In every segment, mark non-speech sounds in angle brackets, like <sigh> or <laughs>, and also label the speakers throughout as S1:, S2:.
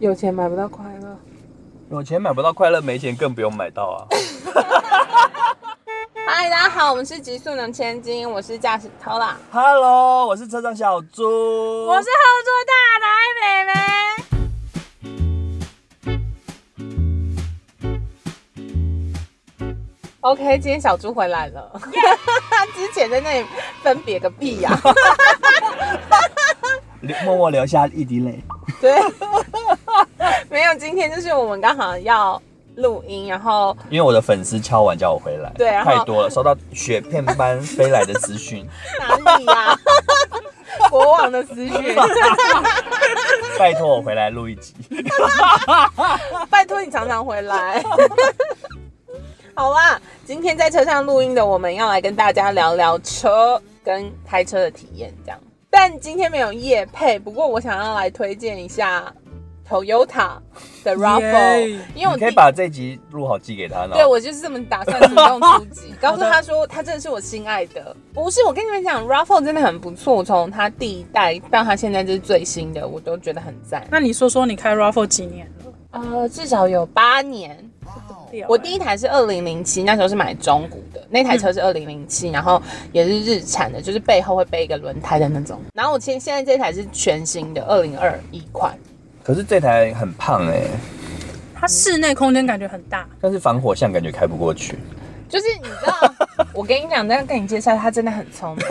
S1: 有钱买不到快乐。
S2: 有钱买不到快乐，没钱更不用买到啊。
S3: 嗨，大家好，我们是极速能千金，我是驾驶偷啦，
S2: Hello，我是车上小猪。
S3: 我是后座大奶妹妹。OK，今天小猪回来了， <laughs> 之前在那里分别个屁
S1: <laughs>
S3: 呀、
S2: 流默默流下一滴泪。
S3: 对，没有，今天就是我们刚好要录音，然后
S2: 因为我的粉丝敲完叫我回来，
S3: 对然后
S2: 太多了，收到雪片般飞来的
S3: <laughs>
S2: 资讯，
S3: 哪里
S1: <laughs>
S3: 呀、国王的私 <laughs> 讯，
S2: 拜托我回来录一集。
S3: 拜托你常常回来。 <laughs> 好啦，今天在车上录音的我们要来跟大家聊聊车跟开车的体验，这样。但今天没有夜配，不过我想要来推荐一下 Toyota 的 Raffle，因为我
S2: 你可以
S3: 第
S2: 把这集录好寄给他，然后
S3: 对，我就是这么打算主动出
S2: <laughs>
S3: 击，告诉他说他真的是我心爱的。不是，我跟你们讲，Raffle 真的很不错，从他第一代到他现在这是最新的，我都觉得很赞。
S1: 那你说说，你开 Raffle 几年了？
S3: 呃，至少有八年，
S2: 哦
S3: 我第一台是二零零七，那时候是买中古的，那台车是二零零七，然后也是日产的，就是背后会背一个轮胎的那种。然后我现现在这台是全新的，二零二一款，
S2: 可是这台很胖哎、
S1: 它室内空间感觉很大，
S2: 但是防火巷感觉开不过去。
S3: 就是你知道，我跟你讲，这样跟你介绍，它真的很聪明。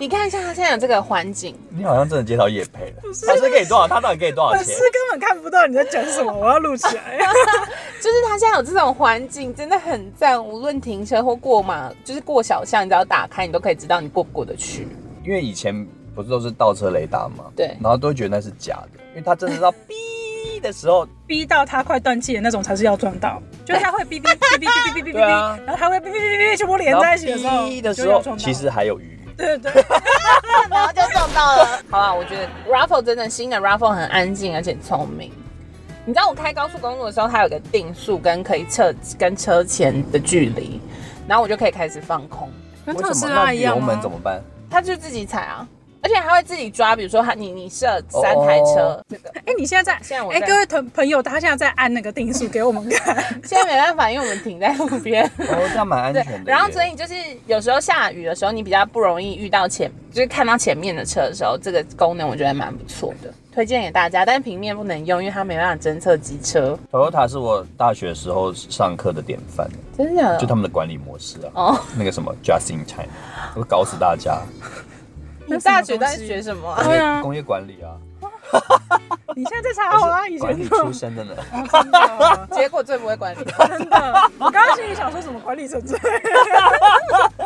S3: 你看一下它现在有这个环境，
S2: 你好像真的接到叶配了，他是给你多少？他到底给你多少钱？
S1: 根本看不到你在讲什么，我要录起来。
S3: 就是它现在有这种环境，真的很赞。无论停车或过马，就是过小巷，你只要打开，你都可以知道你过不过得去。
S2: 因为以前不是都是倒车雷达吗？
S3: 对
S2: 然后都会觉得那是假的，因为他真的到哔的时候，
S1: <laughs> 逼到他快断气的那种才是要撞到，就是他会哔哔
S2: <laughs>
S1: 哔哔哔哔哔哔哔，
S2: 对啊
S1: 然后他会哔哔哔哔全部连
S2: 然后
S1: 在一起的时候，
S2: 哔的
S1: 就
S2: 时
S1: 要
S2: 候
S1: 撞，到
S2: 其实还有鱼。<laughs>
S1: 对对对，
S3: <laughs> 然后就撞到了。 <laughs> 好啦，我觉得 Raffle 真的新的 Raffle 很安静，而且聪明。你知道我开高速公路的时候，它有个定速跟可以车跟车前的距离，然后我就可以开始放空，
S1: 跟
S2: 为
S1: 特
S2: 什
S1: 斯
S2: 么
S1: 拉
S2: 那
S1: 一样啊
S2: 油
S1: 吗
S2: 门怎么办？
S3: 它就自己踩啊，而且它会自己抓，比如说它你你设三台车
S2: 哦，
S3: 这个
S1: 哎，你现在在，
S3: 现在我
S1: 哎，
S3: 在
S1: 各位朋朋友，他现在在按那个定数给我
S2: <laughs>
S1: 们看，
S3: 现在没办法，因为我们停在路 <laughs> 边。
S2: 哦，这样蛮安
S3: 对
S2: 全，的。
S3: 然后所以就是有时候下雨的时候，你比较不容易遇到前，就是看到前面的车的时候，这个功能我觉得蛮不错的，推荐给大家。但平面不能用，因为它没办法侦测机车，
S2: Toyota 是我大学时候上课的典范，
S3: 真的假的
S2: 就他们的管理模式啊，
S3: 哦，
S2: 那个什么 Just in Time，我搞死大家。
S3: 你大学在学什么啊、
S1: <laughs> 对啊
S2: 工业管理啊，
S1: 你现在在查我啊，以
S2: 管
S1: 前哎
S2: 理
S1: 那
S2: 出
S1: 种
S2: 身的
S1: <laughs>
S2: 呢。
S1: 真的
S3: 结果最不会
S1: <laughs>
S3: 管理
S1: 真的，我刚刚心里想说什么管理层之类的，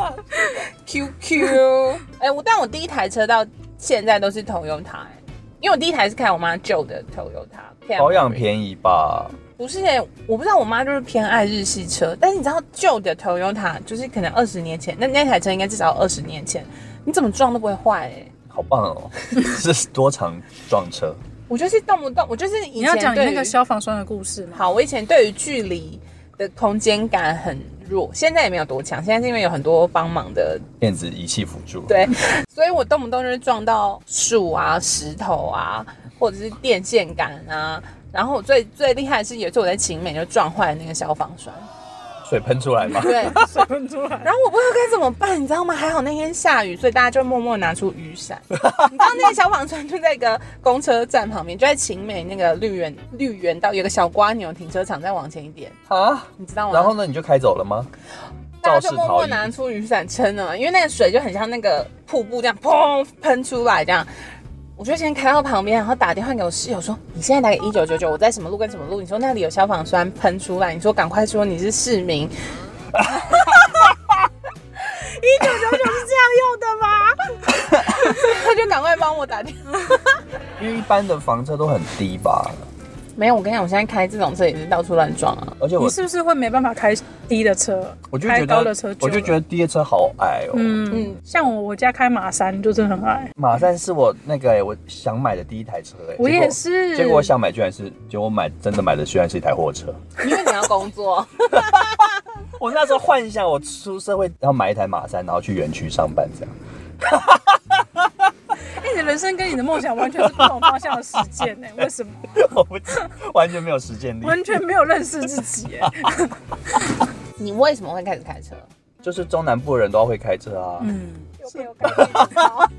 S3: QQ。哎、我但我第一台车到现在都是 Toyota，、欸、因为我第一台是开我妈旧的 Toyota，
S2: 保养
S3: 宜。
S2: 便宜吧？
S3: 不是、欸，我不知道我妈就是偏爱日系车，但是你知道旧的 Toyota 就是可能二十年前，那那台车应该至少二十年前，你怎么撞都不会坏哎、欸。
S2: 好棒哦！ <laughs> 是多长撞车？
S3: 我就是动不动，我就是以前
S1: 你要讲你
S3: 对
S1: 那
S3: 于
S1: 个消防栓的故事吗？
S3: 好，我以前对于距离的空间感很弱，现在也没有多强，现在是因为有很多帮忙的
S2: 电子仪器辅助。，
S3: <laughs> 对，所以我动不动就是撞到树啊、石头啊，或者是电线杆啊。然后我最最厉害的是有一次我在勤美就撞坏了那个消防
S2: <laughs>
S3: 栓，
S2: 水喷出
S1: <laughs>
S2: 来吗？
S3: 对。
S1: 水喷出来，
S3: 然后我不知道该怎么办，你知道吗？还好那天下雨，所以大家就默默拿出雨
S2: <laughs>
S3: 伞。你知道那个消防栓就在一个公车站旁边，就在勤美那个绿园绿园道有个小瓜牛停车场，再往前一点，
S2: 啊，
S3: 你知道吗？
S2: 然后呢？你就开走了吗？
S3: 大
S2: 肇
S3: 家
S2: 事
S3: 就默
S2: 逃
S3: 默
S2: 逸。
S3: 拿出雨伞撑了，因为那个水就很像那个瀑布这样砰喷出来这样。我就先开到旁边，然后打电话给我室友说：“你现在打给一九九九，我在什么路跟什么路？你说那里有消防栓喷出来，你说赶快说你是市民。 <laughs>
S1: 一九九九是这样用的吗？”
S3: 他就赶快帮我打电话。
S2: 因为一般的房车都很低吧，
S3: 没有，我跟你讲，我现在开这种车也是到处乱撞啊。
S2: 而且
S1: 你
S2: 我
S1: 是不是会没办法开低的车？
S2: 我就
S1: 开
S2: 觉
S1: 高的车
S2: 得
S1: 久了，
S2: 我就觉得低的车好矮哦。
S1: 嗯，
S3: 嗯，
S1: 像我我家开马三就真的很矮，
S2: 马三是我那个、欸、我想买的第一台车、欸，
S1: 我
S2: 结果
S1: 也。是。
S2: 结果我想买，居然是结果我买真的买的，居然是一台货车。 <laughs>
S3: 因为你要工作，
S2: 我那时候幻想我出社会，然后买一台马三，然后去园区上班这样。
S1: 哎、你的人生跟你的梦想完全是不同方向的实
S2: <laughs>
S1: 践呢、为什么？
S2: 我不知完全没有实
S1: <laughs>
S2: 践力，
S1: 完全没有认识
S2: <laughs>
S1: 自己、欸。
S3: <laughs> 你为什么会开始开车？
S2: 就是中南部的人都要会开车啊。
S1: 嗯，
S3: 有没有开车？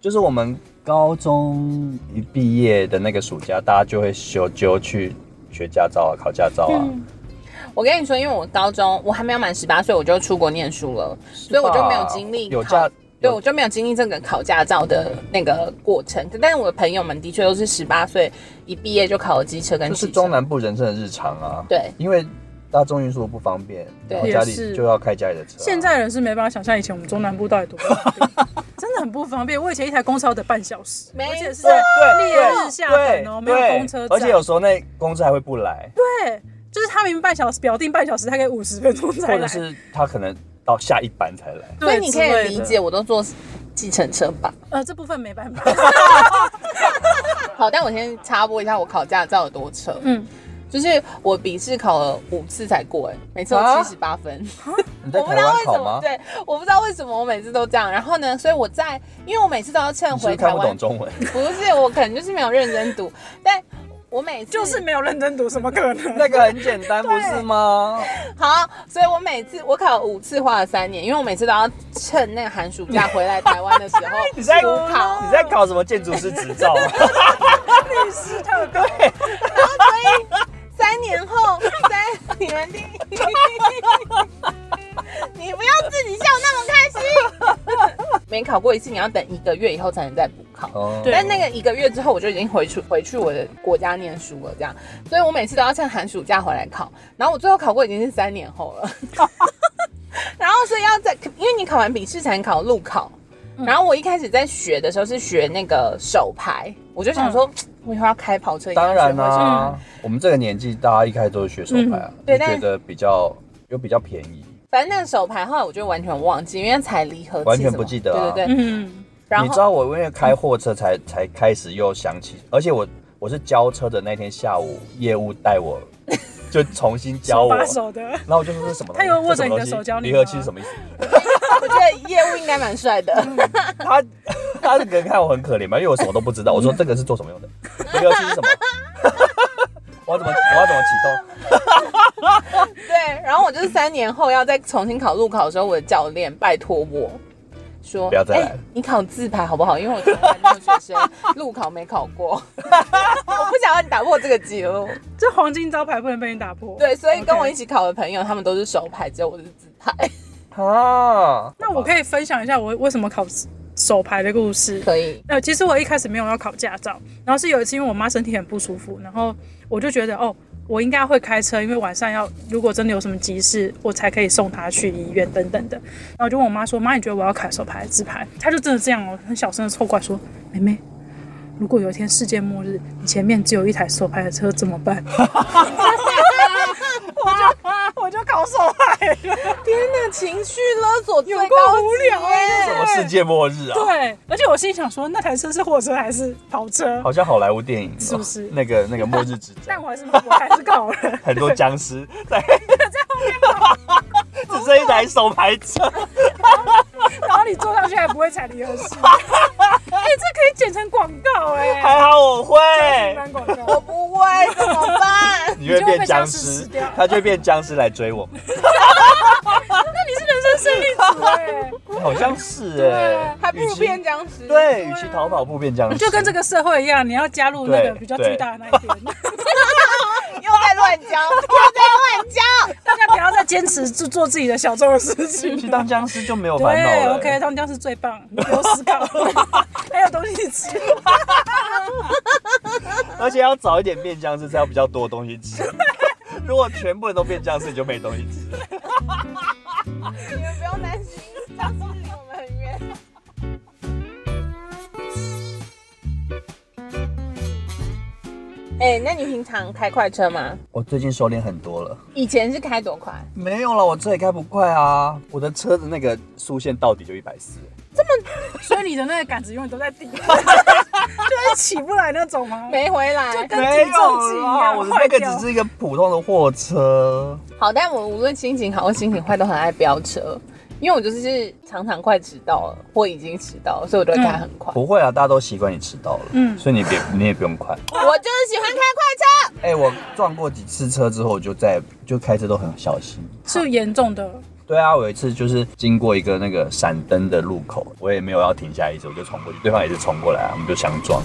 S2: 就是我们高中一毕业的那个暑假，大家就会修就去学驾照啊、考驾照啊。
S1: 嗯
S3: 我跟你说，因为我高中我还没有满十八岁，我就出国念书了，所以我就没有经历
S2: 有
S3: 考
S2: 驾，
S3: 对
S2: 有
S3: 我就没有经历这个考驾照的那个过程。但是我的朋友们的确都是十八岁一毕业就考了机车跟
S2: 就
S3: 汽
S2: 是
S3: 车。
S2: 中南部人生的日常啊。，
S3: 对，
S2: 因为大众运输不方便，
S3: 对
S2: 然后家
S1: 也
S2: 里
S1: 是
S2: 就要开家里的车啊、
S1: <laughs> 现在人是没办法想象以前我们中南部到底多
S2: <laughs>
S1: 方便，真的很不方便。我以前一台公车要等半小时，
S3: 没
S1: 而且是
S2: 对
S1: 在
S2: 对
S1: 烈日下
S2: 对
S1: 等哦，没有
S2: 对
S1: 公车
S2: 而且。
S1: 站
S2: 有时候那公车还会不来，
S1: 对，就是他明明半小时表定半小时，他可以五十分钟才
S2: 或者
S1: 来。
S2: 是他可能到下一班才来。
S1: 对
S3: 所以你可
S1: 之
S3: 以
S1: 类
S3: 理
S1: 的
S3: 解，我都坐计程车吧。
S1: 呃，这部分没办法。
S2: <laughs>
S3: 好，但我先插播一下，我考驾照有多扯。
S1: 嗯，
S3: 就是我笔试考了五次才过，哎，每次
S2: 啊
S3: 都七十八分。
S2: 你在
S3: 我不
S2: 台
S3: 知道
S2: 湾
S3: 为什
S2: 考
S3: 么
S2: 吗，？
S3: 对，我不知道为什么我每次都这样。然后呢，所以我在，因为我每次都要趁
S2: 你是不
S3: 回
S2: 是
S3: 台
S2: 看不
S3: 湾
S2: 懂，中文？
S3: 不是我可能就是没有认真读，但我每次
S1: 就是没有认真读，怎么可能？
S2: 那个很简单，不是吗？，
S3: 好，所以我每次我考了五次，花了三年，因为我每次都要趁那个寒暑假回来台湾的时候
S2: 你在
S3: 补考，
S2: 你在考什么建筑师执照啊？
S1: <laughs> 律师特工，
S3: 三年后，三 <laughs> 你们听，你不要自己笑那么开心。 <laughs> 没考过一次，你要等一个月以后才能再补考。
S2: 哦
S1: 对
S3: 但那个一个月之后，我就已经回去回去我的国家念书了，这样，所以我每次都要趁寒暑假回来考。然后我最后考过已经是三年后了， <laughs> 然后所以要在，因为你考完笔试才能考路考。然后我一开始在学的时候是学那个手牌，我就想说，我以后要开跑车一定要
S2: 当
S3: 学会手
S2: 然啊
S3: 牌。
S2: 啦、我们这个年纪，大家一开始都是学手牌啊，
S3: 对
S2: 就觉
S3: 但
S2: 得比较又比较便宜。
S3: 反正那个手牌后来我就完全忘记，因为才离合器
S2: 完全
S3: 什么
S2: 不记得啊
S3: 对对对，
S1: 嗯，
S3: 然
S2: 你知道
S3: 后
S2: 我因为开货车才才开始又想起，而且我我是交车的那天下午，业务带
S1: <laughs>
S2: 我就重新教
S1: 手
S2: 我，
S1: 把
S2: 然
S1: 手的，
S3: <laughs>
S2: 后我就说这是什么东西？
S1: 他有握着
S2: 这什么
S1: 你的
S2: 东西
S1: 手教你
S2: 离合
S1: 吗
S2: 器是什么意思？
S3: 我觉得业务应该蛮帅的。
S2: 他他可能看我很可怜吧，因为我什么都不知道。我说这个是做什么用的？离合器是什么？ <laughs> 我要怎么我要怎么启动？
S3: 对，然后我就是三年后要再重新考路考的时候，我的教练拜托我说：“
S2: 不要再来了
S3: 哎你考自排好不好？因为我从来没有学生路考没考过，
S2: <laughs>
S3: 我不想要你打破这个记录。
S1: 这黄金招牌不能被你打破。
S3: 对，所以跟我一
S1: 起。
S3: 起考的朋友，他们都是手牌，只有我是自排。
S2: 啊，
S1: 那我可以分享一下我为什么考手牌的故事。
S3: 可以，
S1: 呃，其实我一开始没有要考驾照，然后是有一次因为我妈身体很不舒服，然后我就觉得哦，我应该会开车，因为晚上要如果真的有什么急事，我才可以送她去医院等等的。然后我就问我妈说：“妈，你觉得我要考手牌还是自牌？”她就真的这样哦，很小声的凑过来说：“妹妹，如果有一天世界末日，你前面只有一台手牌的车怎么办？” <laughs> 我就我就考手牌了，
S3: 天哪，情绪勒索最
S1: 有
S3: 高
S1: 够无
S3: 级
S1: 聊哎、
S2: 什么世界末日啊？
S1: 对，而且我心里想说，那台车是货车还是跑车？
S2: 好像好莱坞电影哦
S1: 是不是
S2: 那个那个末日之战
S1: 但，我还是我还是考了。
S2: 很多僵尸
S1: <laughs>
S2: 在在后面跑， <laughs> 只剩一台手排车。
S1: 然后你坐上去还不会踩离
S2: <laughs>
S1: 合器，哎、这可以剪成广告哎、欸，
S2: 还 <laughs> 好我会，
S1: 翻广
S3: 我
S1: 告。
S3: 不会怎么办？
S2: 你会
S1: 就会
S2: 变
S1: 被
S2: 僵
S1: 僵尸
S2: 尸
S1: 吃掉，
S2: 他就会变僵尸来追
S1: <laughs>
S2: 我们，
S1: 那你是人生胜利组哎、欸，
S2: 好像是哎，
S1: 啊
S3: 还不
S2: 与
S3: 如
S2: 其
S3: 变僵尸。
S2: 对，与其逃跑不如变僵尸，
S1: 就跟这个社会一样，你要加入那个
S2: 对
S1: 比较巨大的那一边，
S3: 又在乱教，又在乱教。
S1: 大家不要再坚持就做自己的小众的事
S2: <laughs>
S1: 情。
S2: 其实当僵尸就没有烦恼
S1: 对
S2: 了。
S1: ，OK，他们这样是最棒，你不用思
S2: <laughs>
S1: 考，还有东西吃。
S2: 而且要早一点变僵尸，才有比较多东西
S1: <laughs>
S2: 吃。如果全部人都变僵尸，你就没东西吃。
S3: 你们不用担心，僵尸离我们很远。哎、那你平常开快车吗？
S2: 我最近收敛很多了，
S3: 以前是开多快？
S2: 没有了，我车也开不快啊，我的车的那个速限到底就一百四。
S1: 所以你的那个杆子永远都在底，就是起不来那种吗？
S3: 没回来。
S1: 跟
S2: 没
S1: 体重计
S2: 有
S1: 一
S2: 啦，
S1: 样
S2: 我的那个
S1: 坏掉
S2: 只是一个普通的货车。
S3: 好，但我无论心情好或心情坏，都很爱飙车。因为我就是常常快迟到了，或已经迟到了，所以我都会开很快。
S2: 不会啊，大家都习惯你迟到了，
S1: 嗯
S2: 所以
S1: <laughs>
S2: 你别你也不用快。
S3: 我就是喜欢开快车。
S2: 哎、我撞过几次车之后，我就再就开车都很小心。
S1: 是严重的，
S2: 对啊，我有一次就是经过一个那个闪灯的路口，我也没有要停下意思，我就冲过去，对方也是冲过来啊，我们就相
S1: <gasps>
S2: 撞。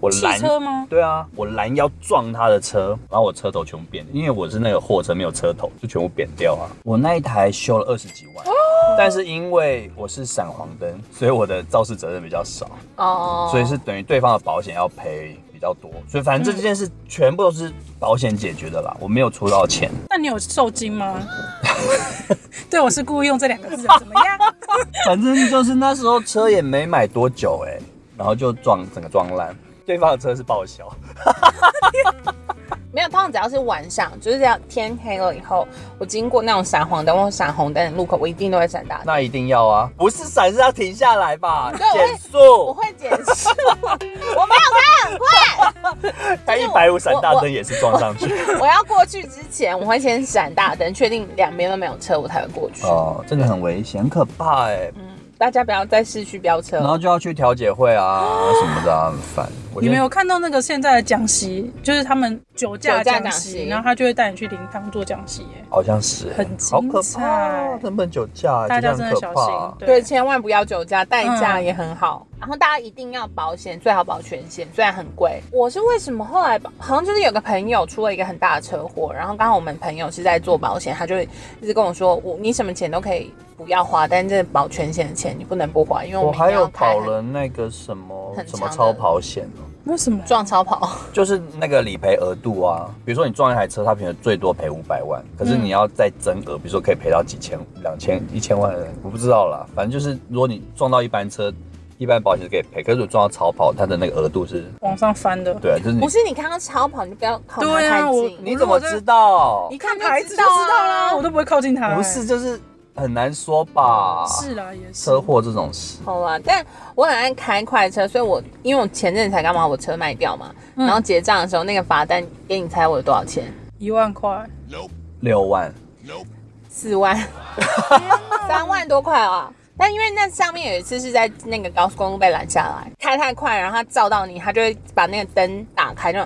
S2: 我
S1: 汽
S2: 拦
S1: 车吗？
S2: 对啊，我拦腰撞他的车，然后我车头全部扁，因为我是那个货车没有车头，就全部扁掉啊。我那一台修了二十几
S1: 哦
S2: 万，但是因为我是闪黄灯，所以我的肇事责任比较少，
S3: 哦
S2: 所以是等于对方的保险要赔比较多，所以反
S1: 嗯
S2: 正这件事全部都是保险解决的啦，我没有出到钱。
S1: 那你有受惊吗？
S2: <laughs>
S1: 对，我是故意用这两个字的，怎么样？
S2: <laughs> 反正就是那时候车也没买多久哎、然后就撞整个撞烂，对方的车是报销。
S3: 没有，通常只要是晚上，就是要天黑了以后，我经过那种闪黄灯或闪红灯的路口，我一定都会闪大灯。
S2: 那一定要啊，不是闪是要停下来吧，
S3: 对我会
S2: 减
S3: 我
S2: 速，
S3: 会减速，我没有开很快。
S2: 开一
S3: 我
S2: 百五闪大
S3: 我
S2: 灯也是撞上
S1: <laughs>
S2: 去。
S3: 我要过去之前，我会先闪大灯，确定两边都没有车，我才会过去。
S2: 哦，真的很危险，很可怕哎、
S1: 嗯
S3: 大家不要在市区飙车
S2: 然后
S3: 哦。
S2: 就要去调解会啊什么的、啊，很烦。我
S1: 你
S2: 现
S1: 们
S2: 在
S1: 有看到那个现在的讲习，就是他们酒驾
S3: 酒驾
S1: 讲
S3: 讲
S1: 习，
S3: 习
S1: 然后他就会带你去灵堂做讲习耶，
S2: 好像是、欸，
S1: 很精
S2: 好可怕
S1: 彩
S2: 啊，成本酒驾、
S1: 大家
S2: 这样
S1: 真的
S2: 很
S1: 小
S2: 可怕
S1: 心
S2: 啊。
S1: 对
S3: 对，千万不要酒驾，代驾
S1: 嗯
S3: 也很好。然后大家一定要保险，最好保全险，虽然很贵。我是为什么后来保好像就是有个朋友出了一个很大的车祸，然后刚好我们朋友是在做保险，他就一直跟我说，我你什么钱都可以不要花，但是这保全险的钱你不能不花，因为我
S2: 我
S3: 们一定
S2: 还有
S3: 要开
S2: 跑
S3: 很
S2: 了那个什么
S3: 很
S2: 什么
S3: 长的
S2: 超跑险哦，
S1: 为什么？
S3: 撞超跑。
S2: 就是那个理赔额度啊，比如说你撞一台车，它平时最多赔五百万，
S3: 嗯
S2: 可是你要再增额，比如说可以赔到几千、两千、一千万，我不知道啦。反正就是如果你撞到一般车，一般保险是可以赔，可是如果撞到超跑，它的那个额度是，
S1: 往上翻的，
S2: 对啊，就是你
S3: 不是你看到超跑你就不要靠它
S1: 对啊
S3: 太
S1: 我
S3: 近，
S2: 你怎么知道？
S3: 一
S1: 看
S3: 就
S1: 牌子就知道啦，我都不会靠近他、
S2: 不是，啊就是很难说吧？
S1: 是啦，也是
S2: 车。祸这种事，
S3: 好啦，但我很爱开快车，所以我因为我前阵子才刚把我车卖掉嘛，
S1: 嗯
S3: 然后结账的时候那个罚单，给你猜我有多少钱？
S1: 一万块，
S2: 六万
S3: 四万， <laughs> 三万多块啊！但因为那上面有一次是在那个高速公路被拦下来，开太快，然后他照到你，他就会把那个灯打开，就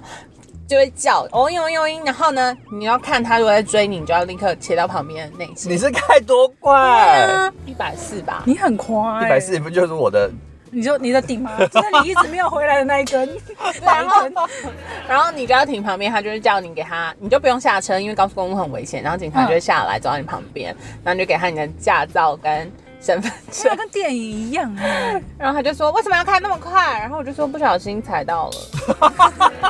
S3: 就会叫哦呦呦音，然后呢，你要看他如果在追你，你就要立刻切到旁边的那
S2: 你
S3: 些。
S2: 是开多快？
S3: 一百四吧？
S1: 你很夸、欸，
S2: 一百四，不就是我的？ <laughs>
S1: 你就你的顶吗？就是你一直没有回来的那一 <laughs> 根，哪一根？
S3: 然后你就要停旁边，他就会叫你给他，你就不用下车，因为高速公路很危险。然后警察就会下来走到你旁边，然后你就给他你的驾照跟身份证
S1: 这。跟电影一样哎、
S3: <laughs> 然后他就说为什么要开那么快？然后我就说不小心踩到了。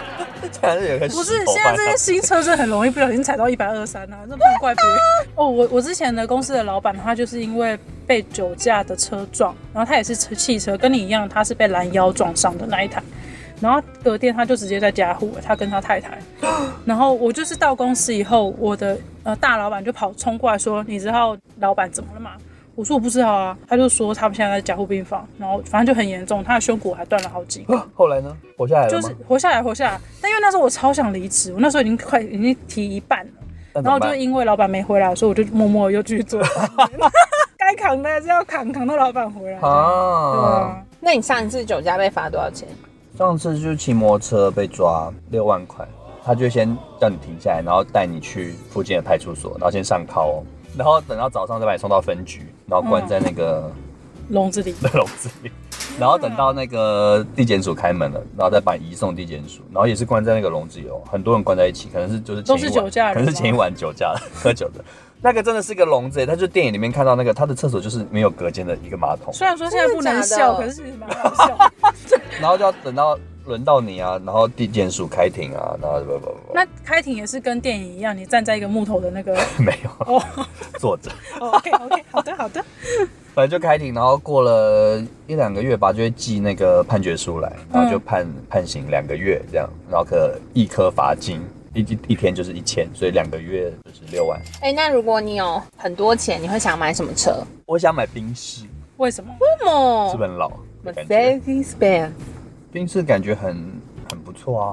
S2: 还是有个
S1: 不
S2: 石
S1: 是，
S2: 头
S1: 现在
S2: 放
S1: 这些新车真的很容易不小心踩到一百二三啊，那不能怪别人。哦，我我之前的公司的老板，他就是因为被酒驾的车撞，然后他也是车汽车，跟你一样，他是被拦腰撞伤的那一台。然后隔天他就直接在家护了，他跟他太太。然后我就是到公司以后，我的呃大老板就跑冲过来说：“你知道老板怎么了吗？”我说：“我不知道啊。”他就说他们现在在加护病房，然后反正就很严重，他的胸骨还断了好几个。
S2: <laughs> 后来呢？活下来了
S1: 就
S2: 吗？
S1: 是活下来，活下来。但因为那时候我超想离职，我那时候已经快已经提一半了，
S2: 那怎
S1: 然
S2: 么
S1: 后
S2: 办
S1: 就因为老板没回来，所以我就默默地又继
S2: <laughs>
S1: 续做，该扛的还是要扛，扛到老板回来。对
S2: 啊，
S1: 啊，
S3: 那你上一次酒驾被罚多少钱？
S2: 上次就骑摩托车被抓六万块，他就先叫你停下来，然后带你去附近的派出所，然后先上铐哦，然后等到早上再把你送到分局，然后关在那个
S1: 笼子里
S2: <laughs> 笼子里，然后等到那个地检署开门了，然后再把你移送地检署，然后也是关在那个笼子里哦，很多人关在一起，可能是就是前一晚
S1: 都是酒驾人吗啊
S2: 可能是前一晚酒驾喝酒的。那个真的是个笼子耶，他就电影里面看到那个，他的厕所就是没有隔间的一个马桶，
S1: 虽然说现在不能笑，
S3: 真
S1: 可
S3: 的
S1: 是其实蛮
S2: <laughs>
S1: 好笑。
S2: 然后就要等到轮到你啊，然后地检署开庭啊，然后不不不，
S1: 那开庭也是跟电影一样，你站在一个木头的那
S2: <laughs>
S1: 个。
S2: 没有
S1: 哦
S2: 坐着，
S1: ，OK OK，好的好的。
S2: 反正就开庭，然后过了一两个月吧，就会寄那个判决书来，然
S3: 嗯
S2: 后就判、判刑两个月这样，然后可一颗罚金，一一一天就是一千，所以两个月就是六万。
S3: 哎、那如果你有很多钱，你会想买什么车？
S2: 我想买宾士，是
S1: 为什么？
S3: 什么
S2: 不是很老的感觉？
S3: ？Mercedes Benz。
S2: 宾士感觉很很不错啊，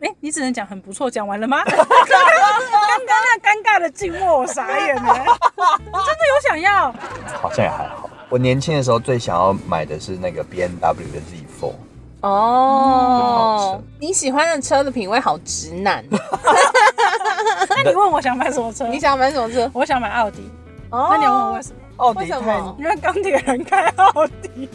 S1: 哎、你只能讲很不错，讲完
S2: <laughs>
S1: 了吗？刚刚那尴尬的静默，我傻眼
S2: <laughs>
S1: 了、真的有想要？
S2: 好像也还好。我年轻的时候最想要买的是那个 B N W 的 Z Four，
S3: 哦
S2: 嗯，
S3: 你喜欢的车的品味好直男。
S1: 那你问我想买什么车？
S3: 你想买什么车？
S1: 我想买奥迪。
S3: <laughs> 哦
S1: 那你要问我为什么？
S2: 奥
S3: 为
S2: 迪
S3: 什
S2: 太
S3: 么
S1: 哦因为钢铁人开奥迪。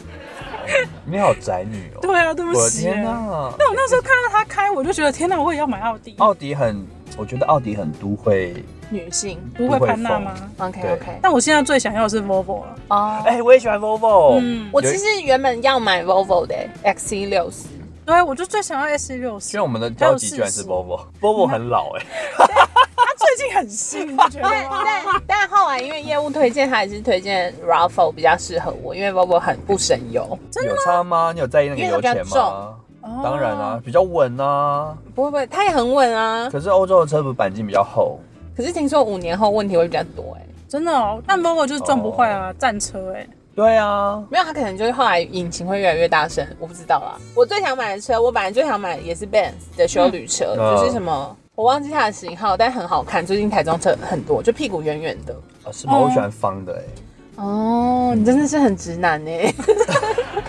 S2: 你好宅女哦！
S1: <laughs> 对啊，对不
S2: 我的
S1: 起。
S2: 天
S1: 那
S2: 哪！
S1: 我那时候看到他开，我就觉得天哪，我也要买奥迪。
S2: 奥迪很，我觉得奥迪很都会。
S3: 女性
S1: 不会潘娜吗？
S3: ？OK
S2: 对
S3: OK。
S1: 但我现在最想要的是 Volvo 了。
S3: 哦，
S2: 哎、我也喜欢 Volvo。
S1: 嗯
S3: 我其实原本要买 Volvo 的 XC 六十，
S1: 对，我就最想要 S 六
S2: 其
S1: 十
S2: 实。我们的交集居然是
S1: 还有
S2: Volvo。Volvo <laughs> 很老哎、
S1: 他最近很新，你 <laughs> 不觉得
S3: 但
S1: 吗？
S3: 但但后来因为业务推荐，他还是推荐 Raffle 比较适合我，因为 Volvo 很不省油。
S2: 有差吗？你有在意那个
S3: 因为它
S2: 油
S3: 比较哦
S2: 钱吗？ <laughs> 当然
S1: 哦
S2: 啊，比较稳啊。
S3: 不会不会，它也很稳啊。
S2: 可是欧洲的车不是钣金比较厚，
S3: 可是听说五年后问题会比较多哎、
S1: 哦，真的哦。但 Volvo 就是撞不坏啊，战车哎。
S2: 对啊，
S3: 没有，它可能就是后来引擎会越来越大声，我不知道啦。我最想买的车，我本来最想买的也是 Benz 的修旅车，
S2: 嗯
S3: 就是什么我忘记它的型号，但很好看。最近台中车很多，就屁股圆圆的。
S2: 啊是吗？
S1: 哦
S2: 我喜欢方的哎、
S3: 哦，你真的是很直男欸呢。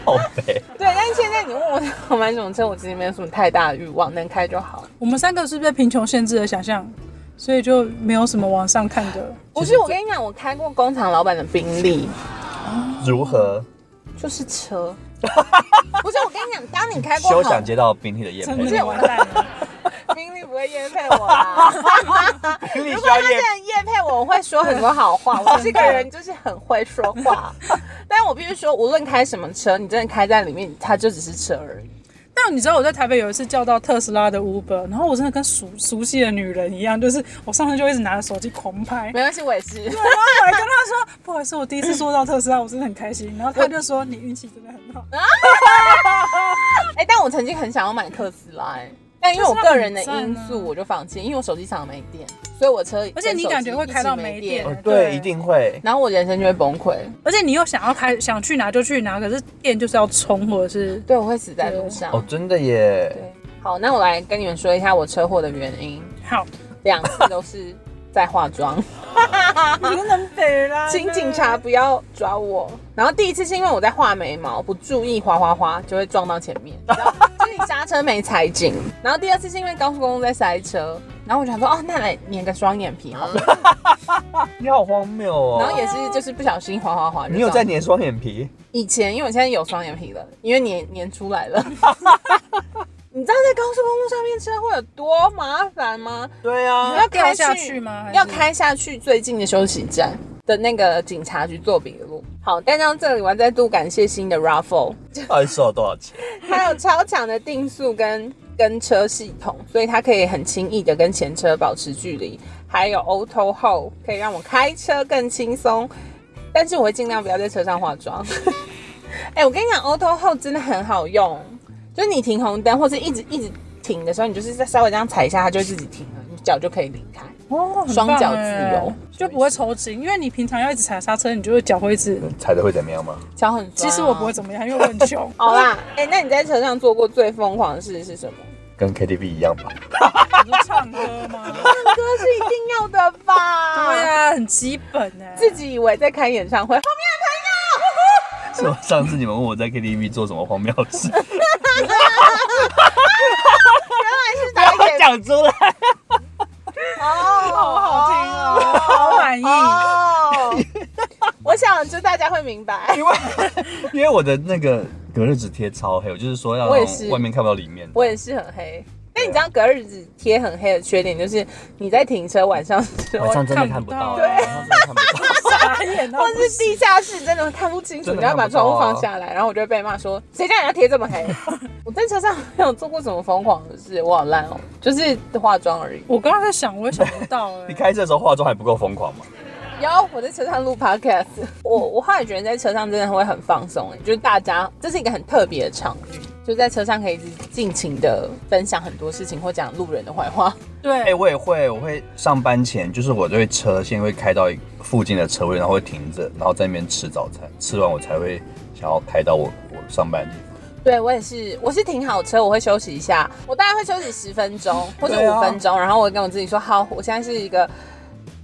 S2: 靠背。
S3: 对，但是现在你问我想买什么车，我其实没有什么太大的欲望，能开就好。
S1: 我们三个是被贫穷限制了想象，所以就没有什么往上看的。
S3: 不是，我跟你讲，我开过工厂老板的宾利，
S2: 如何？
S3: 就是
S2: <laughs>
S3: 车。不是，我跟你讲，当你开过
S2: 休想
S3: 好
S2: 接到宾利的夜配，
S1: 真
S2: 宾利
S1: 的完蛋了，
S3: 宾利，不会验配我
S2: <laughs>
S3: 啦。
S2: 需
S3: 如果
S2: 要
S3: 他真的
S2: 夜
S3: 叶配，我会说很多好话。我这个人就是很会说话， <laughs> 但我必须说，无论开什么车，你真的开在里面，它就只是车而已。
S1: 但你知道我在台北有一次叫到特斯拉的 Uber，然后我真的跟熟熟悉的女人一样，就是我上车就一直拿着手机狂拍，
S3: 没关系，我也是。
S1: 然后我还跟他说不好意思，我第一次坐到特斯拉，我真的很开心。然后他就说你运气真的很好，
S3: 哎、但我曾经很想要买特斯拉、哎，但因为我个人的因
S1: 特斯拉很赞
S3: 素，
S1: 啊
S3: 我就放弃，因为我手机常常没电，所以我车
S1: 而且你感觉会开到没
S3: 没
S1: 电
S2: 哦
S1: 对
S2: 对，一定会。
S3: 然后我人生就会崩溃。
S1: 而且你又想要开，想去哪就去哪，可是店就是要充或者是
S3: 对，我会死在路上。
S2: 哦，真的耶。
S3: 对，好，那我来跟你们说一下我车祸的原因，
S1: 好，
S3: 两次都是在化
S1: <laughs>
S3: 妆。
S1: 你真能北啦，
S3: 请警察不要抓我。然后第一次是因为我在画眉毛，不注意哗哗哗就会撞到前面，然后就是你刹车没踩紧。然后第二次是因为高速公路在塞车，然后我就想说哦，那来粘个双眼皮好了。
S2: 你好荒谬
S3: 然后
S2: 哦。
S3: 也是就是不小心哗哗哗。
S2: 你有在？粘双眼皮？
S3: 以前因为我现在有双眼皮了，因为粘粘出来
S2: <laughs>
S3: 了。你知道在高速公路上面车会有多麻烦吗？
S2: 对
S3: 你
S2: 啊，
S3: 要开
S1: 掉下去吗还是
S3: 要开下去最近的休息站的那个警察局做笔录。好，但到这里我要再度感谢新的 Raffle，
S2: 到底收了多少钱？
S3: 它有超强的定速跟跟车系统，所以它可以很轻易的跟前车保持距离，还有 Auto Hold 可以让我开车更轻松，但是我会尽量不要在车上化
S1: <laughs>
S3: 妆。哎、我跟你讲，Auto Hold 真的很好用，就是你停红灯或是一直一直停的时候，你就是再稍微这样踩一下，它就会自己停了，你脚就可以离开。
S1: 哦，很
S3: 双
S1: 棒
S3: 脚自
S1: 哎
S3: 由
S1: 就不会抽筋，因为你平常要一直踩刹车，你就会脚会一直。
S3: 嗯
S2: 踩的会怎么样吗？
S3: 脚很
S1: 其
S3: 酸啊。
S1: 实我不会怎么样，因为我很穷
S3: 好啦，哎、那你在车上做过最疯狂的事是什么？
S2: 跟 KTV 一样吧。
S1: 我就唱歌吗？
S3: 唱歌是一定要的 <laughs> 吧？
S1: 对，啊，很基本哎、
S3: 自己以为在开演唱会，后
S2: <laughs> 是我上次你们问我在 KTV 做什么荒谬的事，
S3: 面是
S2: <laughs>
S3: 打给
S2: 讲出来。
S3: 哦，好好听哦，
S1: 好满意。
S3: 哦。我想就大家会明白，
S2: 因为因为我的那个隔热纸贴超黑，我就是说要
S3: 我也是
S2: 让外面看不到里面。
S3: 我也是很黑。但你知道隔日子贴很黑的缺点就是你在停车晚上的时候
S2: 晚上真的
S1: 看
S2: 看
S1: 不
S2: 不
S1: 到
S2: 到，
S1: 对
S2: 晚上真的看不到。
S1: 傻眼到
S3: 或
S1: 不
S3: 是
S1: 行
S3: 地下室真的看不清楚，
S2: 真
S3: 你
S2: 的
S3: 要把
S2: 看不到
S3: 窗户
S2: 啊
S3: 放下来，然后我就会被骂说谁叫你要贴这么
S2: <laughs>
S3: 黑。我在车上没有做过什么疯狂的事，我好烂哦，就是化妆而已。
S1: 我刚刚在想，我也想不到哎、
S2: <laughs> 你开车的时候化妆还不够疯狂吗？
S3: 然后我在车上录 podcast，我我后来觉得在车上真的会很放松，哎，就是大家这是一个很特别的场域，就在车上可以一直尽情的分享很多事情或讲路人的坏话。 <laughs>
S1: 对，
S2: 哎、我也会，我会上班前，就是我对车先会开到一附近的车位，然后会停着，然后在那边吃早餐，吃完我才会想要开到我我上班的地方。
S3: 对我也是，我是停好车，我会休息一下，我大概会休息十分钟或者
S2: 对啊
S3: 五分钟，然后我会跟我自己说，好，我现在是一个，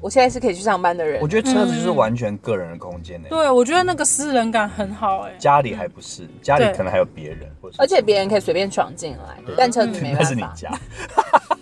S3: 我现在是可以去上班的人
S2: 我。觉得车子就是完全个人的空间呢、
S1: 对，我觉得那个私人感很好哎、
S2: 家里还不是，家里
S1: 对
S2: 可能还有别人，或者
S3: 而且别人可以随便闯进来，
S2: 啊
S3: 但车子没
S2: 那
S3: 办
S2: 是你
S3: 法。
S2: 家，
S3: <laughs>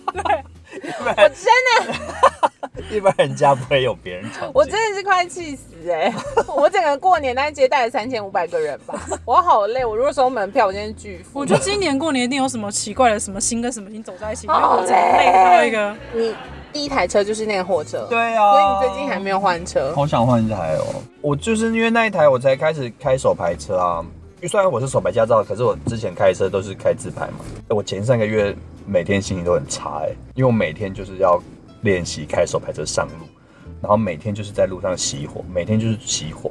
S3: 我真的，
S2: <laughs> 一般人家不会有别人闯进。
S3: 我真的是快气死哎、 <laughs> 我整个过年那接待了三千五百个人吧， <laughs> 我好累。我如果收门票，我今天巨富。
S1: 我觉得今年过年一定有什么奇怪的，什么心跟什么心走在一起，
S3: 好
S1: 累到一个。
S3: 你第一台车就是那个货车，、
S2: 对啊，
S3: 所以你最近还没有换车。
S2: 好想换一台哦！我就是因为那一台，我才开始开手排车啊。虽然我是手排驾照，可是我之前开车都是开自排嘛。欸我前三个月每天心情都很差哎、因为我每天就是要练习开手排车上路，然后每天就是在路上熄火，每天就是熄火，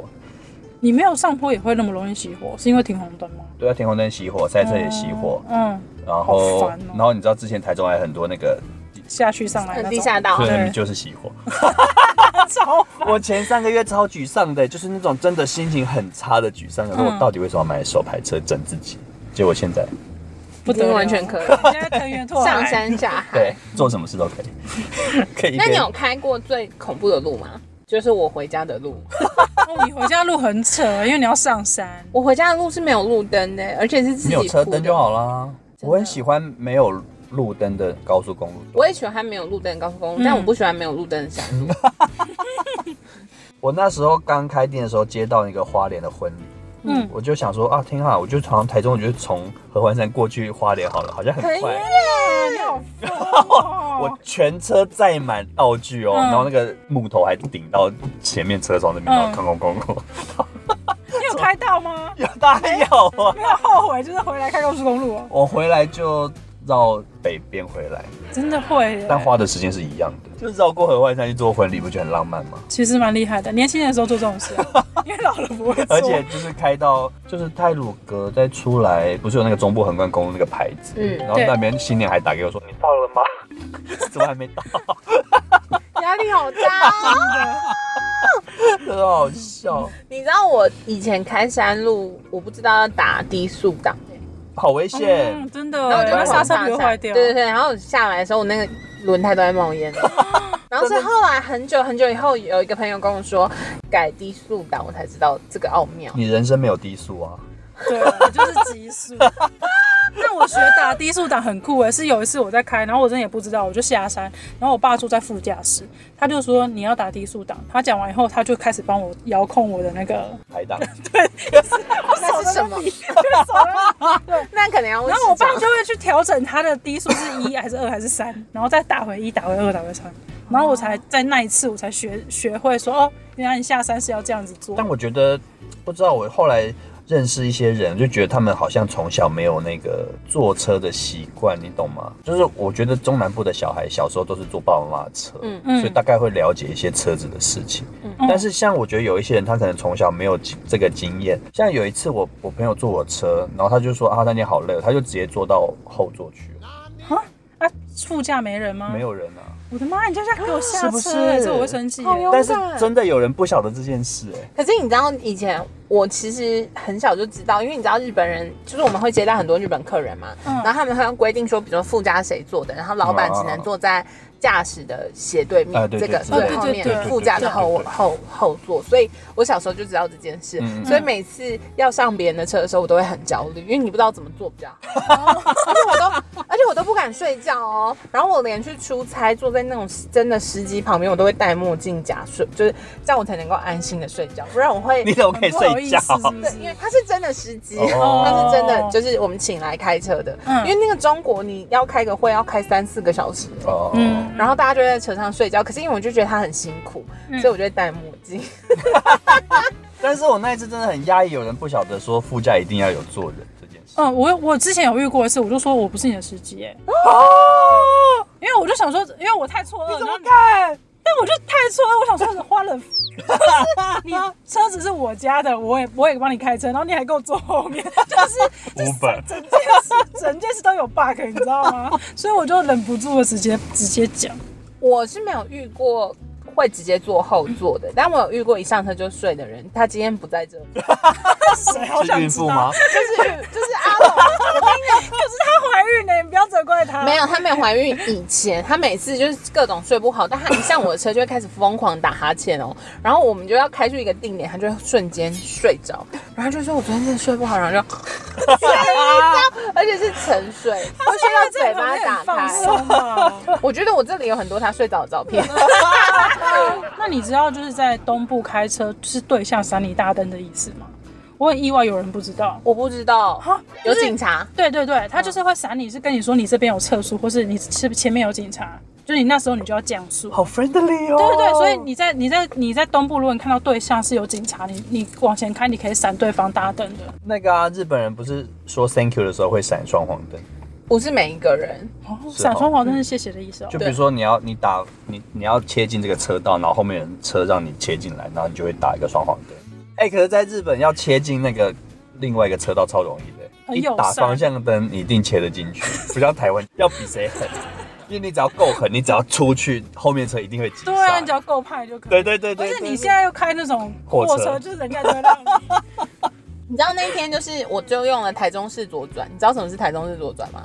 S1: 你没有上坡也会那么容易熄火，是因为停红灯吗？
S2: 对啊，停红灯熄火，塞车也熄火，
S1: 嗯，
S2: 然后、
S1: 好烦哦
S2: 然后你知道之前台中还有很多那个，
S1: 下去上来那
S3: 嗯
S1: 种
S3: 地下道
S2: 所以
S1: 对
S2: 你就是熄火。
S1: 超烦
S2: 我前三个月超沮丧的，就是那种真的心情很差的沮丧。然后我到底为什么要买手排车整自己？结果现在
S1: 不
S3: 已
S1: 得
S3: 经
S1: 了
S3: 完全可以
S1: 现在藤原拓海
S3: 上山下海。
S2: <laughs> 对做什么事都可以， <laughs> 可以一
S3: 那你
S2: 边
S3: 有开过最恐怖的路吗？就是我回家的路，
S1: 哦，你回家路很扯，因为你要上山。
S3: 我回家的路是没有路灯的，而且是自己
S2: 没有车灯就
S3: 铺的。
S2: 好啦。
S3: 真的
S2: 我很喜欢没有路灯的高速公路。
S3: 我也喜欢没有路灯的高速公路，
S1: 嗯
S3: 但我不喜欢没有路灯的山路。
S2: 我那时候刚开店的时候，接到一个花莲的婚礼，
S1: 嗯，
S2: 我就想说啊，挺好，我就从台中，我就从合欢山过去花莲好了，好像很
S3: 可以啊
S2: 快。
S1: 哇
S3: 哎
S1: 你好疯哦
S2: 我全车载满道具哦，
S1: 嗯
S2: 然后那个木头还顶到前面车窗那边，然后
S1: 嗯
S2: 空空空空。 <laughs>
S1: 你有开到吗？
S2: 有当然有啊！
S1: 没有后悔，就是回来开高速公路哦，
S2: 我回来就绕北边回来，
S1: 真的会耶。
S2: 但花的时间是一样的，就是绕过合欢山去做婚礼，不觉得很浪漫吗？
S1: 其实蛮厉害的，年轻人的时候做这种事，啊
S3: <laughs>
S1: 因为老了不会做。
S2: 而且就是开到就是泰鲁阁再出来，不是有那个中部横贯公路那个牌子，
S3: 嗯
S2: 然后那边新年还打给我说你到了吗？
S1: <laughs>
S2: 怎么还没到？
S3: 压力好大、哦。
S2: 很好笑，
S3: 你知道我以前开山路，我不知道要打低速档，
S2: 好危险！
S1: 嗯，真的，
S3: 然后我就
S1: 因为
S3: 会
S1: 刹
S3: 往
S1: 车
S3: 下
S1: 不会坏掉。
S3: 对对对，然后下来的时候，我那个轮胎都在冒
S1: <laughs>
S3: 烟。然后是后来很久很久以后，有一个朋友跟我说改低速档，我才知道这个奥
S1: 嗯
S3: 妙。
S2: 你人生没有低速啊？
S1: 对，我就是极速。 <laughs> 但我学打低速档很酷诶，是有一次我在开，然后我真的也不知道，我就下山，然后我爸坐在副驾驶，他就说你要打低速档。他讲完以后，他就开始帮我遥控我的那个，
S2: 排档，
S3: 那哦是什么？那可能要问
S1: 然后我
S3: 市
S1: 爸
S3: 长
S1: 就会去调整他的低速是一还是二还是三， <laughs> 然后再打回一，打回二，打回三。然后我才在那一次，我才学学会说哦，原来你下山是要这样子做。
S2: 但我觉得不知道，我后来认识一些人，就觉得他们好像从小没有那个坐车的习惯，你懂吗？就是我觉得中南部的小孩小时候都是坐爸爸妈妈的车，
S3: 嗯
S1: 嗯
S2: 所以大概会了解一些车子的事情。
S1: 嗯
S2: 但是像我觉得有一些人，他可能从小没有这个经验。像有一次我我朋友坐我车，然后他就说啊，他那天好累哦，他就直接坐到后座去了，
S1: 啊，副驾没人吗？
S2: 没。有人啊。
S1: 我的妈！你就这样给我下
S2: 是不是
S1: 车欸，这我会生气欸。
S3: 好哟
S2: 但是真的有人不晓得这件事、
S3: 可
S2: 哎，
S3: 是你知道以前我其实很小就知道，因为你知道日本人就是我们会接待很多日本客人嘛，
S1: 嗯
S3: 然后他们会规定说，比如说副驾谁坐的，然后老板只能坐在驾驶的斜对面、
S2: 啊对
S3: 这个
S2: 对
S3: 这
S2: 对
S3: 个后面
S1: 对对对
S3: 副驾的后
S2: 对对对
S3: 后后座，所以我小时候就知道这件事，
S2: 嗯
S3: 所以每次要上别人的车的时候，我都会很焦虑，因为你不知道怎么做比较好。而且我都，而且我都不敢睡觉哦。然后我连去出差，坐在那种真的司机旁边，我都会戴墨镜假睡，就是这样我才能够安心的睡觉，不然我会
S2: 你。怎么可以
S1: 很不好
S2: 睡
S1: 意
S2: 觉
S1: 思？是不
S3: 对，
S1: 是
S3: 因为他是真的司机，
S2: 哦
S3: 他是真的，就是我们请来开车的。
S1: 嗯
S3: 因为那个中国你要开个会要开三四个小时，
S2: 哦，
S1: 嗯，
S3: 然后大家就会在车上睡觉。可是因为我就觉得他很辛苦，
S1: 嗯
S3: 所以我就会戴墨镜。
S2: 但是我那一次真的很压抑，有人不晓得说副驾一定要有坐人这件事。
S1: 嗯，我我之前有遇过一次，我就说我不是你的司机耶，
S3: 哦
S1: 因为我就想说，因为我太错愕，了，然后
S2: 看？
S1: 但我就太错愕，我想说你
S3: <laughs>
S1: 花了，你车子是我家的，我也我也帮你开车，然后你还给我坐后面，就是 <laughs> 就是
S2: Uber
S1: 整件事整件事都有 bug，你知道吗？所以我就忍不住的直接直接讲，
S3: 我是没有遇过会直接坐后座的，但我有遇过一上车就睡的人，他今天不在这里，
S1: 谁好
S2: 是
S1: 想
S2: 孕
S1: 知
S2: 妇
S1: 道
S3: <laughs>
S2: 吗？？
S3: 就是就是阿龙。
S1: 可是她怀孕了，你不要责怪
S3: <laughs>
S1: 她。
S3: 没有，她没有怀孕以前，她每次就是各种睡不好，但她一上我的车就会开始疯狂打哈欠哦，然后我们就要开出一个定点，她就会瞬间睡着，然后就说我昨天真的睡不好，然后就睡着，而且是沉睡，会睡到嘴巴打
S1: 放
S3: 开。
S1: 松啊。
S3: 我觉得我这里有很多她睡着的照片，
S1: 那你知道就是在东部开车是对向三里大灯的意思吗？我很意外有人不知道。
S3: <laughs> 我不知道
S1: 哈
S3: 有
S1: 就是
S3: 警察，
S1: 对对对，他就是会闪你，是跟你说你这边有测速，或是你是前面有警察，就是你那时候你就要降速。
S2: 好 friendly 哦。
S1: 对对对，所以你在你在你在东部，如果你看到对象是有警察，你你往前开，你可以闪对方大灯的。
S2: 那个啊，日本人不是说 thank you 的时候会闪双黄灯？
S3: 不是每一个人，
S1: 哦，
S2: 是
S1: 闪
S2: 哦
S1: 双黄灯是谢谢的意思哦。
S2: 就比如说你要你打你你要切进这个车道，然后后面有人车让你切进来，然后你就会打一个双黄灯。哎、可是在日本要切进那个另外一个车道超容易的、
S1: 很
S2: 你
S1: 友
S2: 打
S1: 善
S2: 方向灯你一定切得进去， <laughs> 不像台湾要比谁狠，因为你只要够狠，你只要出去，后面车一定会急刹。
S1: 对啊，你只要够派就可以。
S2: 对对对
S1: 不
S2: 对
S1: 是
S2: 对
S1: 你现在又开那种货
S2: 货
S1: 车，
S2: 车
S1: 就是人家就
S2: <laughs>
S1: 会让你。
S3: 你知道那一天就是我就用了台中市左转，你知道什么是台中市左转吗？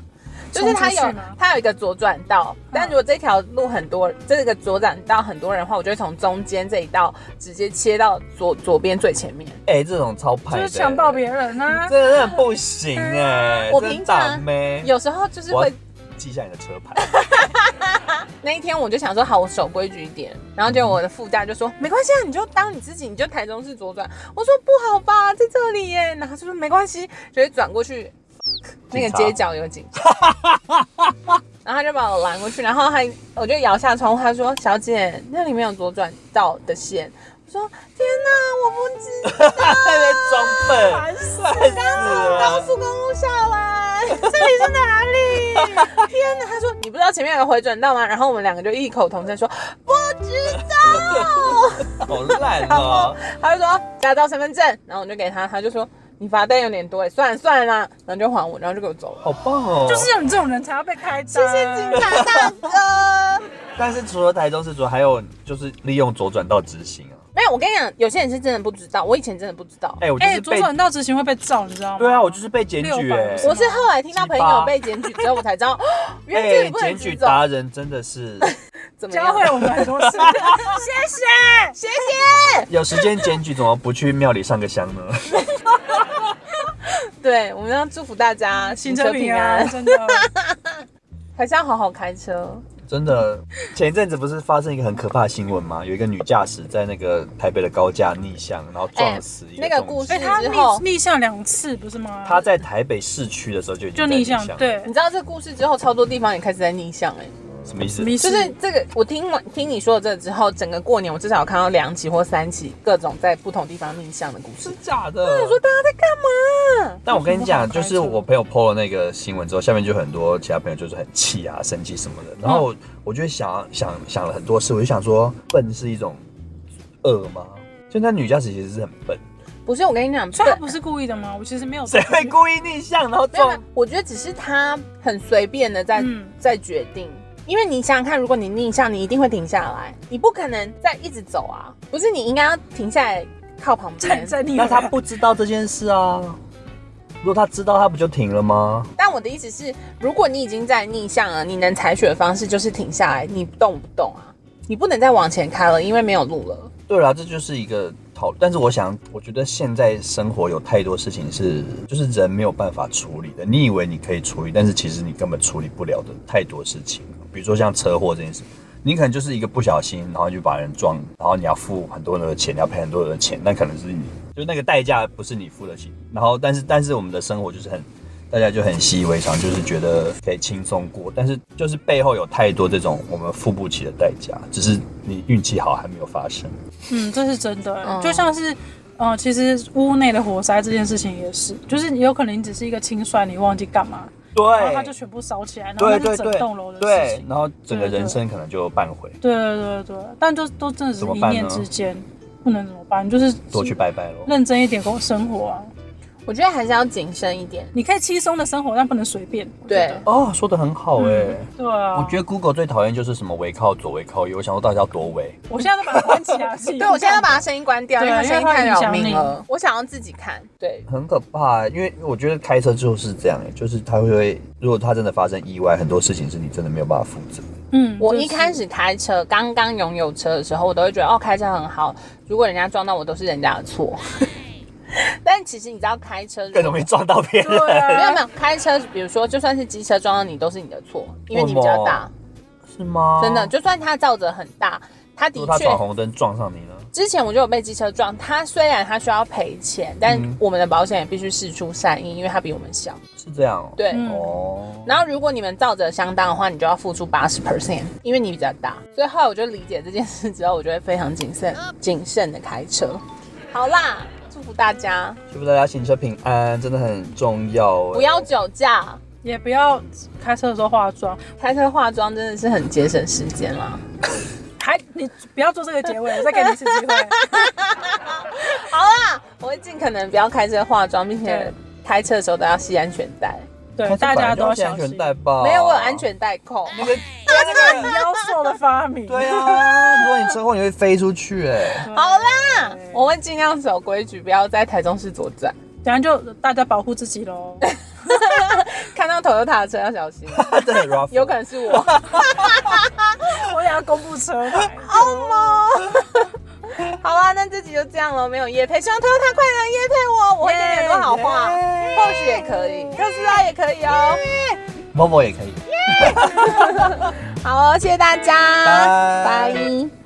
S3: 就
S1: 冲
S3: 是它
S1: 出
S3: 有
S1: 去吗嗯
S3: 它有一个左转道，但如果这条路很多，这个左转道很多人的话，我就会从中间这一道直接切到左左边最前面。
S2: 哎、这种超派
S1: 就
S2: 的、
S1: 是强暴别人啊。
S2: 真的很不行哎、
S3: 我
S2: 真
S3: 平
S2: 倒
S3: 常
S2: 霉。
S3: 有时候就是
S2: 我
S3: 会
S2: 要记下你的车牌。 <laughs>
S3: 那一天我就想说好，我守规矩一点，然后结果我的副驾就说没关系啊，你就当你自己，你就台中市左转。我说不好吧，在这里耶，然后他说没关系，就会转过去，那个街角有警察，然后他就把我拦过去，然后还我就摇下窗户，他说小姐，那里面有左转道的线。我说天哪，我不知道，
S2: 还在装笨，
S1: 烦死了
S2: 烦死
S3: 高
S2: 了！
S3: 速公路下来，这里是哪里？天哪！他说你不知道前面有个回转道吗？然后我们两个就异口同声说不知道。
S2: 好烂
S3: 然后
S2: 哦！
S3: 他就说驾照、身份证，然后我就给他，他就说你罚单有点多哎，算了算了啦，然后就还我，然后就给我走了。
S2: 好棒哦！
S1: 就是，有你这种人才要被开单。
S3: 谢谢警察大哥。
S2: 但是除了台中市主，还有就是利用左转道直行啊。
S3: 没有，我跟你讲，有些人是真的不知道，我以前真的不知道。
S2: 哎、我就
S1: 哎、
S2: 是
S1: 左
S2: 被，
S1: 转道执行会被照，你知道吗？
S2: 对啊，我就是被检举哎、
S1: 650
S3: 我是后来听到朋友被检举之后，我才知道，原来这
S2: 哎
S3: 里，不能
S2: 检
S3: 直
S2: 举
S3: 走。
S2: 达人真的是
S3: 怎么
S1: 教会
S3: 样？
S1: 我们很多事。 <laughs> 谢
S3: 谢
S1: 谢。
S3: 谢。
S2: 有时间检举，怎么不去庙里上个香呢？
S3: 对，我们要祝福大家
S1: 行车平安，，真 <laughs> 的。
S3: 还是要好好开车。
S2: 真的，前一阵子不是发生一个很可怕的新闻吗？有一个女驾驶在那个台北的高架逆向，然后撞死一个、
S3: 哎那个故事
S1: 哎、他
S3: 之后
S1: 逆逆向两次不是吗？
S2: 她在台北市区的时候就已经
S1: 就
S2: 在
S1: 逆
S2: 逆
S1: 向，对
S3: 你，知道这故事之后，超多地方也开始在逆向哎、
S2: 什么意思？
S1: 迷
S3: 就
S1: 失
S3: 是这个，我听完听你说的这个之后，整个过年我至少有看到两起或三起各种在不同地方逆向的故事
S2: 是。假的？
S3: 我说大家在干嘛？
S2: 但我跟你讲，
S1: 有什么好开
S2: 就是我朋友 PO 了那个新闻之后，下面就很多其他朋友就是很气啊、生气什么的。然后
S3: 嗯
S2: 我我就想想想了很多事，我就想说，笨是一种恶吗？就那女驾驶其实是很笨，
S3: 不是我跟你讲，
S1: 所以他
S3: 笨
S1: 不是故意的吗？我其实没有。
S2: 谁会故意逆向然后
S3: 没有
S2: 撞
S3: 没有？，我觉得只是他很随便的在、
S1: 嗯
S3: 在决定。因为你想想看，如果你逆向，你一定会停下来，你不可能再一直走啊。不是，你应该要停下来靠旁
S1: <laughs> 在
S3: 边。
S1: 在逆
S2: 那
S1: 向？
S2: 她不知道这件事啊？如果她知道，她不就停了吗？
S3: 但我的意思是，如果你已经在逆向了，你能采取的方式就是停下来，你动不动啊，你不能再往前开了，因为没有路了。
S2: 对啊啦，这就是一个讨。但是我想，我觉得现在生活有太多事情是，就是人没有办法处理的。你以为你可以处理，但是其实你根本处理不了的太多事情。啊比如说像车祸这件事，你可能就是一个不小心，然后就把人撞，然后你要付很多人的钱，你要赔很多人的钱，那可能是你就那个代价不是你付得起。然后，但是但是我们的生活就是很。大家就很习以为常，就是觉得可以轻松过，但是就是背后有太多这种我们付不起的代价，只是你运气好还没有发生。
S1: 嗯，这是真的、
S3: 嗯
S1: 就像是。呃，其实屋内的火灾这件事情也是，就是有可能你只是一个清算，你忘记干嘛，
S2: 对，
S1: 然后它就全部烧起来，然后
S2: 对
S1: 那
S2: 对
S1: 是整
S2: 对
S1: 栋楼的事
S2: 对
S1: 情，。
S2: 然后整个人生可能就半回，
S1: 对对对对，但就都真的是
S2: 怎么
S1: 一
S2: 办
S1: 念
S2: 呢
S1: 之间，不能怎么办？就是
S2: 多去拜拜喽。
S1: 认真一点过生活啊。
S3: 我觉得还是要谨慎一点。
S1: 你可以轻松的生活，但不能随便。我觉
S3: 对
S1: 得
S2: 哦，说的很好哎、
S1: 对啊，
S2: 我觉得 Google 最讨厌就是什么围靠左围靠右，我想说大家多围。
S1: 我现在都把它关起
S3: <laughs>
S1: 来。
S3: 对，我现在要把它声音关掉，
S1: 对
S3: 因为它声音太扰民
S1: 因为它影响
S3: 了。我想要自己看。对，
S2: 很可怕、因为我觉得开车就是这样、欸就是它会，如果它真的发生意外，很多事情是你真的没有办法负责。
S1: 嗯，
S3: 我
S1: 就
S3: 一开
S1: 是
S3: 始开车，刚刚拥有车的时候，我都会觉得哦，开车很好。如果人家撞到我，都是人家的错。 <laughs> 但其实你知道，开车如果
S2: 更容易撞到别人。
S1: 对
S3: 没有
S1: 啊
S3: 没，有开车，比如说就算是机车撞到你，都是你的错，因为你比较大。
S2: <laughs> 是吗？
S3: 真的，就算它造责很大，它
S2: 如
S3: 的
S2: 果哦他
S3: 确
S2: 闯红灯撞上你呢？
S3: 之前我就有被机车撞，它虽然它需要赔钱，但
S2: 嗯
S3: 我们的保险也必须事出善意，因为它比我们小。
S2: 是这样哦、
S3: 对，
S1: 嗯
S2: 哦，
S3: 然后如果你们造责相当的话，你就要付出八十 percent，因为你比较大。所以后来我就理解这件事之后，我就会非常谨慎、
S2: 嗯
S3: 谨慎的开车。好啦，祝福大家，
S2: 祝福大家行车平安，真的很重要、欸
S3: 不要酒驾，
S1: 也不要开车的时候化妆，
S3: 开车化妆真的是很节省时间啦。
S2: 嗯
S1: 还你不要做这个结尾，我再给你一次机
S3: <laughs>
S1: 会。
S3: 好啦，我会尽可能不要开车化妆，并且
S1: 对
S3: 开车的时候都要系安全带。
S1: 对，大家都要
S2: 系安
S1: 小
S2: 全
S1: 心。
S2: 带吧。
S3: 没有，我有安。全带扣。
S2: 那个，
S1: 这个妖兽的发明。
S2: <laughs> 对啊，如果你车祸，你会飞出去哎、
S1: <laughs>
S3: 好啦，我会尽量守规矩，不要在台中市左转。
S1: 等下就大家保护自己喽。
S3: 看到 Toyota 的车要小心，
S2: 对，Rafa，
S3: 有可能是我。
S1: 我也要公布车牌。
S3: <laughs> 好啦，那这集就这样了，没有叶配，希望 Toyota 快来叶配我，我会跟你很多好话，或许也可以，特斯拉也可以哦。
S2: 某某也可以。
S3: 好哦，谢谢大家，
S2: 拜
S3: 拜。